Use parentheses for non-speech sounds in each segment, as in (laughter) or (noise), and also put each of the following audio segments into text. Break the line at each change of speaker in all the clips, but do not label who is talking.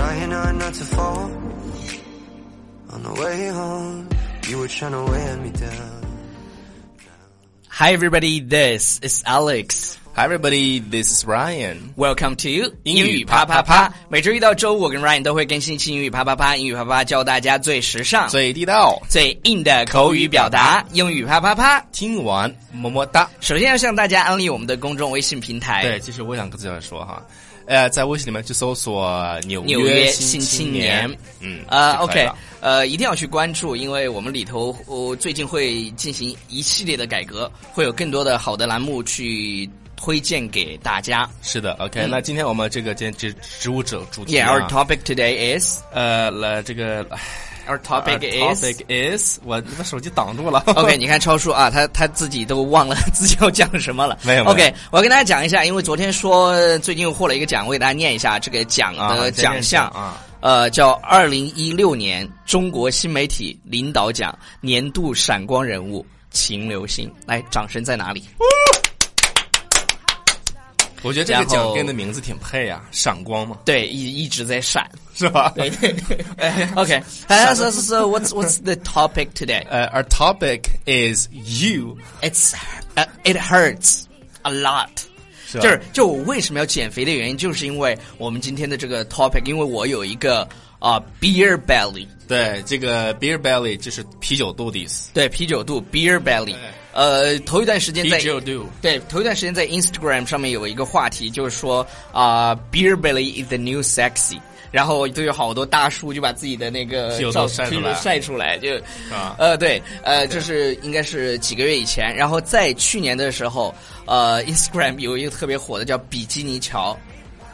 not to fall. On the way home, you were trying to wear me down.
Hi everybody, this is Alex.
Hi everybody, this is Ryan.
Welcome to
英
英
语
语
啪
啪啪
啪啪
啪。每周一到周五，我跟 Ryan 都会更新一期英语啪啪啪。英语啪啪教大家最时尚、
最地道，
最硬的口语表达。英语啪啪啪。
听完么么哒。
首先要向大家安利我们的公众微信平台。
对，其实我想跟这样说哈，呃，在微信里面去搜索“纽
纽约新
新青
青年
嗯，
呃
就可以
，OK，
了
呃，一定要去关注，因为我们里头呃最近会进行一系列的改革，会有更多的好的栏目去推荐给大家。
是的，OK、那今天我们这个今天植植物者主题
嗯 Yeah, our
啊，
topic today is
呃，来这个呃
our topic
our
is
topic is，我你把手机挡住了。
(laughs)
(laughs)
OK，你看超叔啊，他他自己都忘了自己要讲什么了。
没有没有
OK，我要跟大家讲一下，因为昨天说呃最近获了一个奖，我给大家念一下这个奖
啊
的
这边
呃奖项。
啊，
呃，叫二零一六年中国新媒体领导奖年度闪光人物秦流星，来，掌声在
(laughs)
哪里？
我觉得这个
然后
奖跟你的名字挺配啊，闪光嘛，
对，一一直在闪。
是吧？
对对，OK，呃，so so so what's what's the topic today?
(laughs) 呃，Our topic is you，
It's uh, it hurts a lot.
是吧
就是就我为什么要减肥的原因，就是因为我们今天的这个 topic，因为我有一个啊、beer belly，
对这个 beer belly 就是啤酒肚的意思。
对啤酒肚 beer belly，呃，头一段时间在
哎啤酒肚
对头一段时间在 Instagram 上面有一个话题，就是说啊、b e e r belly is the new sexy。然后就有好多大叔就把自己的那个
啤酒肚
照
晒出
片
来啊
晒出来，就
吧
呃对呃，这是应该是几个月以前，然后在去年的时候，呃，Instagram 有一个特别火的叫比基尼桥，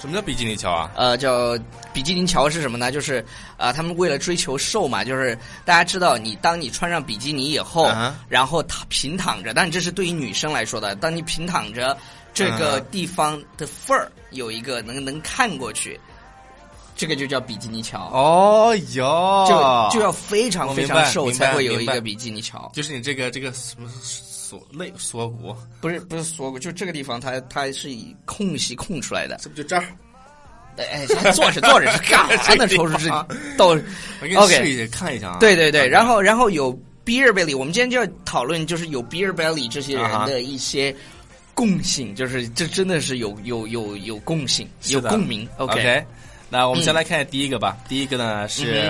什么叫比基尼桥啊？
呃，叫比基尼桥是什么呢？就是啊、呃他们为了追求瘦嘛，就是大家知道，你当你穿上比基尼以后
啊
然后躺平躺着，但这是对于女生来说的，当你平躺着，这个
啊
地方的缝儿有一个能能看过去，这个就叫比基尼桥。
哦哟
就就要非常
我
非
明
常
白
瘦
明
才
白
会有一
明白
个比基尼桥，
就是你这个这个什么锁肋锁骨，
不是不是锁骨，就这个地方它它是以空隙空出来的。
这不就这儿？
哎哎，坐着坐着是干啥呢？
这
抽
个
出 (laughs)
地
这
方
到
我给你
OK
试一下看一下啊。
对对对，然
后
后然后有 beer belly，我们今天就要讨论就是有 beer belly 这些
啊
人
哈
的一些共性，就是这真的是有有有有共性，
是
有
的
共鸣。
OK，那我们
嗯
先来看第一个吧。第一个呢是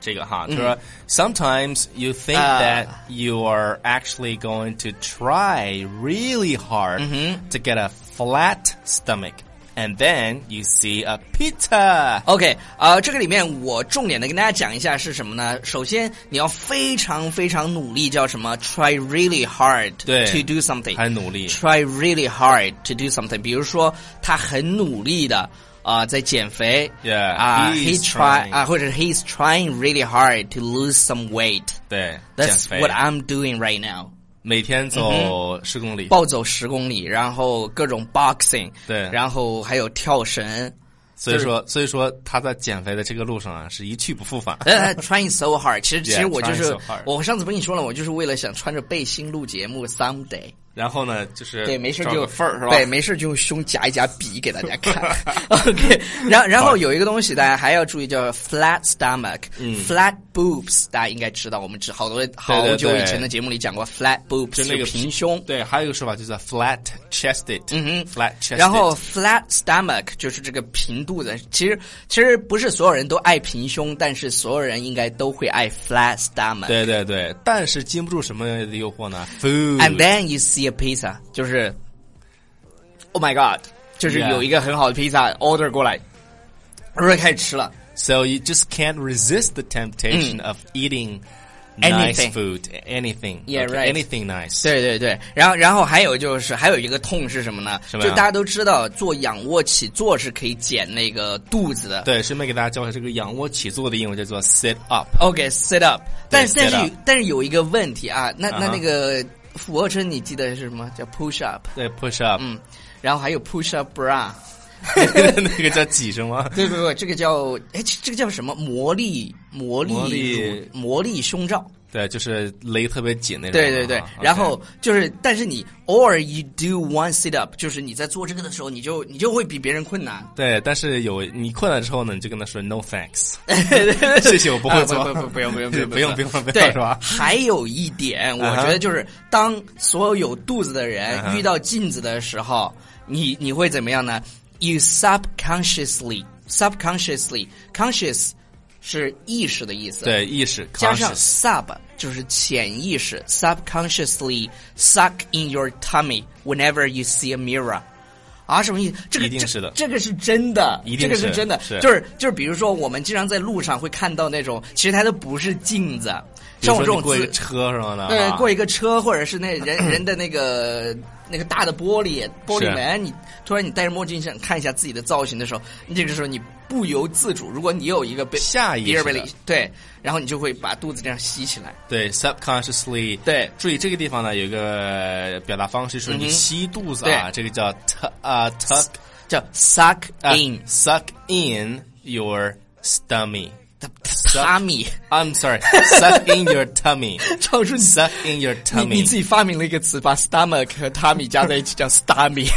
这个哈，就
嗯
说 Sometimes you think
啊
that you are actually going to try really hard
嗯哼
to get a flat stomach, and then you see a pizza.
OK，呃，这个里面我重点的跟大家讲一下是什么呢？首先你要非常非常努力，叫什么？Try really hard
对
to do something，
很努力
try really hard to do something。比如说，他很努力的啊、在减肥
Yeah,
啊
he's
，he try
trying.
啊，或者 he's trying really hard to lose some weight。
对，减
That's
肥
what Mm-hmm I'm doing right now。
每天走十公里，
暴走十公里，然后各种 boxing，
对
然后还有跳绳。 (laughs)
所以说，所以说他在减肥的这个路上啊，是一去不复返。
呃 trying so hard，其实
Yeah,
其实我就是
trying so hard
我上次不跟你说了，我就是为了想穿着背心录节目 someday。
然后呢，就是
对，没事
找
就
个缝儿是吧？
对，没事就用胸夹一夹笔给大家看。OK，然后然后有一个东西大家还要注意，叫 flat stomach、flat boobs，大家应该知道，我们只好多好
嗯对
久
对
以前的节目里讲过 flat boobs，
就那个
平胸。
对，还有一个说法就是 flat chested，
嗯哼
f l a t chested。
然后 flat stomach 就是这个平肚子，其实其实不是所有人都爱平胸，但是所有人应该都会爱 flat stomach。
对对对，但是经不住什么的诱惑呢？food。
And then you see a pizza，就是 Oh my God，就是有一个很好的披萨 order 过来，然后开始吃了。
so you just can't resist the temptation of eating nice
Mm Anything.
food, anything.
Yeah,
okay,
right.
Anything nice.
对对对，然后然后还有就是还有一个痛是什么呢？
什么呀
就大家都知道做仰卧起坐是可以减那个肚子的。
对，顺便给大家教一下这个仰卧起坐的英文叫做 sit up。
OK，sit、up，但是但
sit
是
up
有但是有一个问题啊，那那
啊哈
那个俯卧撑你记得是什么叫 push up？
对，push up，、
嗯，然后还有 push up bra，
(laughs) 那个叫挤是吗？
对对对，这个叫哎，这这个叫什么？魔力魔力
魔力
乳魔力胸罩，
对，就是勒特别紧那种。
对对对
啊，
然后就是，但是你偶尔 you do one sit up，就是你在做这个的时候，你就你就会比别人困难。
对，但是有你困了之后呢，你就跟他说 no thanks，
呃对
(laughs) 谢谢我不会做
啊不不不不用不
(laughs)
用
不用不用不
对
用是吧？
还有一点，我
啊哈
觉得就是当所有有肚子的人
啊哈
遇到镜子的时候，你你会怎么样呢？You subconsciously subconsciously conscious 是意识的意思，，
对，意识
加上
conscious
sub 就是潜意识，subconsciously suck in your tummy whenever you see a mirror。啊，什么意思？这个
一定
这
是的
这个是真的，
一定
这个
是
真的，
是
就是就是，比如说我们经常在路上会看到那种，其实它都不是镜子，
比
像
如
我
说
这种
你过一个
自
车什么的，
对，
啊
过一个车或者是
(clears throat)
那人人的那个那个大的玻璃玻璃门，你突然你戴着墨镜想看一下自己的造型的时候，你这个时候你不由自主，如果你有一个被
下意识的
beer belly，对，然后你就会把肚子这样吸起来，
对 subconsciously
对
注意这个地方呢有一个表达方式，说
嗯
你
哼
吸肚子啊，
对
这个叫 tuck 啊 tuck
叫 suck
啊
in
suck in your stomach。
the tummy，
I'm sorry, suck in your tummy,
超出你
suck in your
你 (laughs)
tummy。
你自己发明了一个词，把 stomach 和 tummy 加在一起叫
(laughs)
stomach。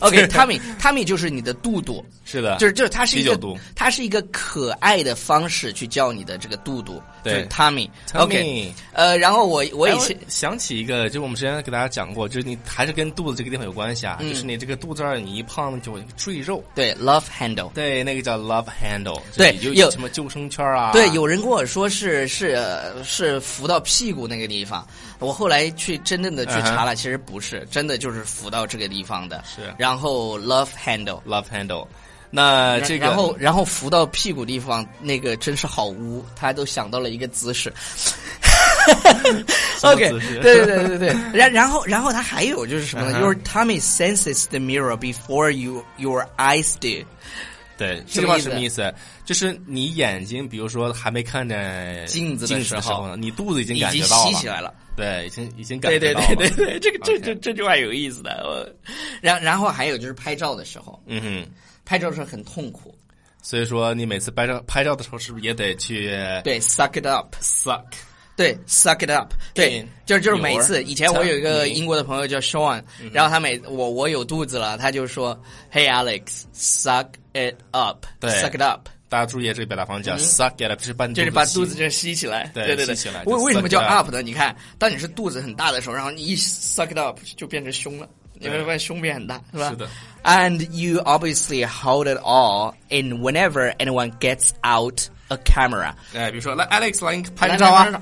OK，tummy、tummy 就是你的肚肚，
是的，
就是就是它是一
啊啤酒
个
肚
它是一个可爱的方式去叫你的这个肚肚，就
对
是 tummy。
Tummy
OK，呃，然后我我
哎
以
我
前
想起一个，就我们之前给大家讲过，就是你还是跟肚子这个地方有关系啊，
嗯
就是你这个肚子这儿你一胖就有一个赘肉，
对 love handle。
对，那个叫 love handle，
对
就是
有
有什么救生圈啊，
对，有人跟我说是是呃是浮到屁股那个地方，我后来去真正的
嗯
去查了，其实不是，真的就是浮到这个地方的。
是
然后 love handle，
love handle，那
然
呃这个
然后然后浮到屁股地方，那个真是好污，他都想到了一个姿势。
(laughs) 什么
OK，
姿势
对对对对
(laughs)
对，然然后然后他还有就是什么呢、
嗯哼
y o u r tummy senses the mirror before you your eyes do。
对这
什
句
么
话
意思
什么意思？就是你眼睛，比如说还没看见
镜子的
镜
时
子的时
候
候呢，你肚子已经
已
感
经
觉到
吸起来了，
对，已经已经感
对
觉
对
到
对
了，
对对，这个这这
OK
这句话有意思的。我然然后还有就是拍照的时候，
嗯哼。
拍照的时候很痛苦，
所以说，你每次拍照拍照的时候，是不是也得去
对，suck it up。
suck？
对，suck it up，对
In，
就是就是
your
每次，以前我有一个
tummy
英国的朋友叫 Sean，然后他每我我有肚子了，他就说，Hey Alex，suck it
对
up，suck it up，
大家注意啊这个表达方式叫 suck it up，就是把你
就是把
吸
肚子嗯这吸起来，
对
对对
吸起来
为
就
为什
suck
么
it
叫
up
up 呢？你看，当你是肚子很大的时候，然后你一 suck it up 就变成胸了，你会发现胸变很大，是吧？
是的。
And you obviously hold it all in whenever anyone gets out a camera。
哎，比如说来 Alex 来你拍
来
个照！
来来
啊
来，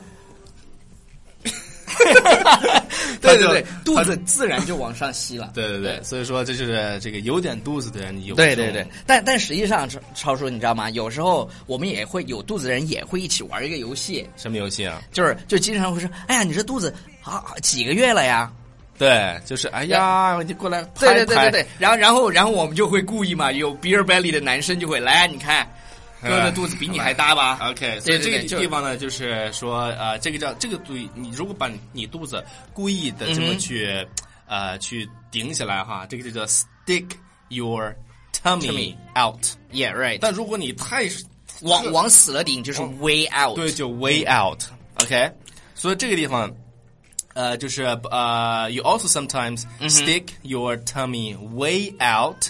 (laughs) 对对
他就
对，肚
他
子自然就往上吸了。
对对对，所以说这就是这个有点肚子的人，你有
(laughs) 对
这种
对对，但但实际上，超超叔，你知道吗？有时候我们也会有肚子的人也会一起玩一个游戏，
什么游戏啊？
就是就经常会说，哎呀，你这肚子好好几个月了呀。
对，就是哎呀，你过来拍
对对对对
拍
对，然后然后然后我们就会故意嘛，有 beer belly 的男生就会来，你看，哥的肚子比你还大哎吧？呃
OK，所
对对
以这
对
个
就
地方呢，就是说，呃，这个叫这个肚，你如果把你肚子故意的这么去，呃，去顶起来哈，这个就叫 stick your
Tummy
tummy out。
，Yeah right，
但如果你太
往往死了顶就是 way out。
对，就 way out。OK，所以这个地方，呃，就是呃，you also sometimes stick your tummy way out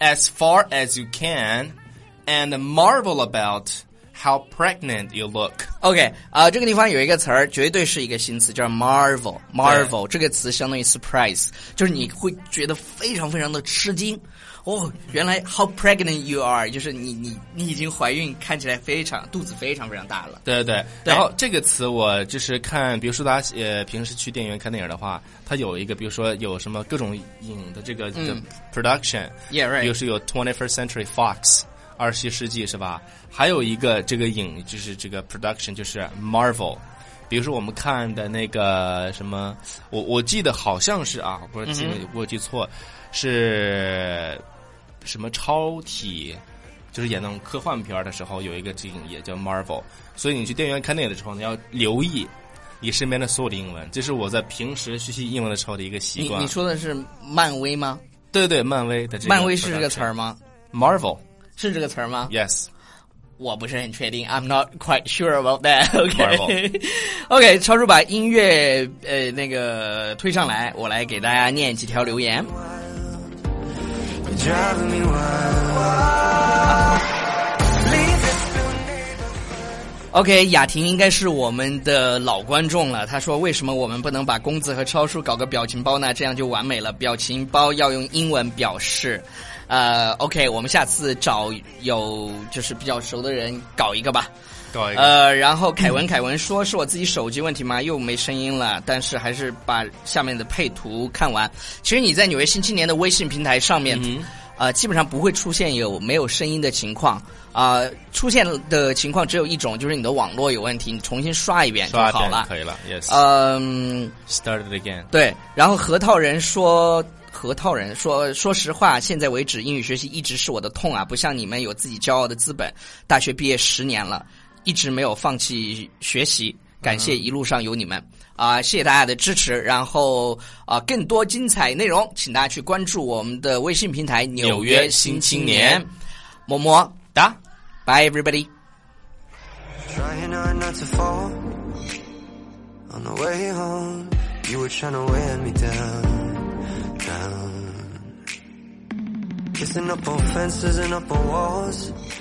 as far as you can and marvel about how pregnant you look。
OK，啊、这个地方有一个词儿，绝对是一个新词，叫 marvel。marvel 这个词相当于 surprise，就是你会觉得非常非常的吃惊。哦，原来 how pregnant you are，就是你你你已经怀孕，看起来非常肚子非常非常大了。
对对
对
对，然后这个词我就是看，比如说大家呃平时去电影院看电影的话，它有一个，比如说有什么各种影的这个的 production，
Yeah, right
比如说有 Twenty First Century Fox，二十一世纪是吧？还有一个这个影就是这个 production 就是 Marvel。比如说我们看的那个什么，我我记得好像是啊，我不是记
嗯
得我有记错，是什么超体，就是演那种科幻片儿的时候，有一个这个也叫 Marvel，所以你去电影院看电影的时候，你要留意你身边的所有的英文，这是我在平时学习英文的时候的一个习
你
惯。
你说的是漫威吗？
对对，漫威的这个
漫威是这个词儿
production
吗？
Marvel，
是这个词儿吗
yes，
我不是很确定，I'm not quite sure about that (laughs) okay。OK，OK，
Marvel、
超叔把音乐呃那个推上来，我来给大家念几条留言。
You're driving me wild. Leave this
OK，雅婷应该是我们的老观众了。她说：“为什么我们不能把公子和超叔搞个表情包呢？这样就完美了。表情包要用英文表示。”呃，OK，我们下次找有就是比较熟的人搞一个吧。
搞一个、
呃，然后凯文，凯文说是我自己手机问题吗？又没声音了，但是还是把下面的配图看完。其实你在纽约新青年的微信平台上面，呃，基本上不会出现有没有声音的情况啊、出现的情况只有一种，就是你的网络有问题，你重新刷一遍就
刷
好
点
了。
可以了，yes，、
Uh, 嗯，
started again，
对。然后核桃人说。核桃人说：“说实话，现在为止，英语学习一直是我的痛啊，不像你们有自己骄傲的资本。大学毕业十年了，一直没有放弃学习，感谢一路上有你们啊、谢谢大家的支持。然后啊、更多精彩内容，请大家去关注我们的微信平台《纽约新青年》。么么哒，Bye everybody。”
Trying hard not to fall. On the way home, you were trying to wear me down, down. Kissing up on fences and up on walls.